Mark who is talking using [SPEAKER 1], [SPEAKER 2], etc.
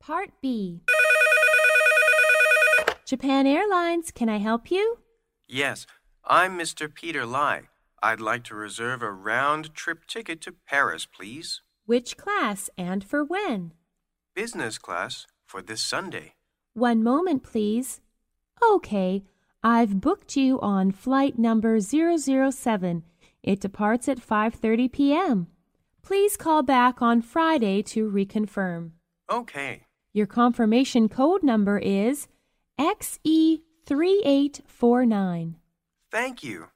[SPEAKER 1] Part B. Japan Airlines, can I help you?
[SPEAKER 2] Yes, I'm Mr. Peter Lai. I'd like to reserve a round trip ticket to Paris, please.
[SPEAKER 1] Which class and for when?
[SPEAKER 2] Business class for this Sunday.
[SPEAKER 1] One moment, please. Okay, I've booked you on flight number 007. It departs at 5:30 p.m. Please call back on Friday to reconfirm.
[SPEAKER 2] Okay.
[SPEAKER 1] Your confirmation code E number is XE3849.
[SPEAKER 2] Thank you.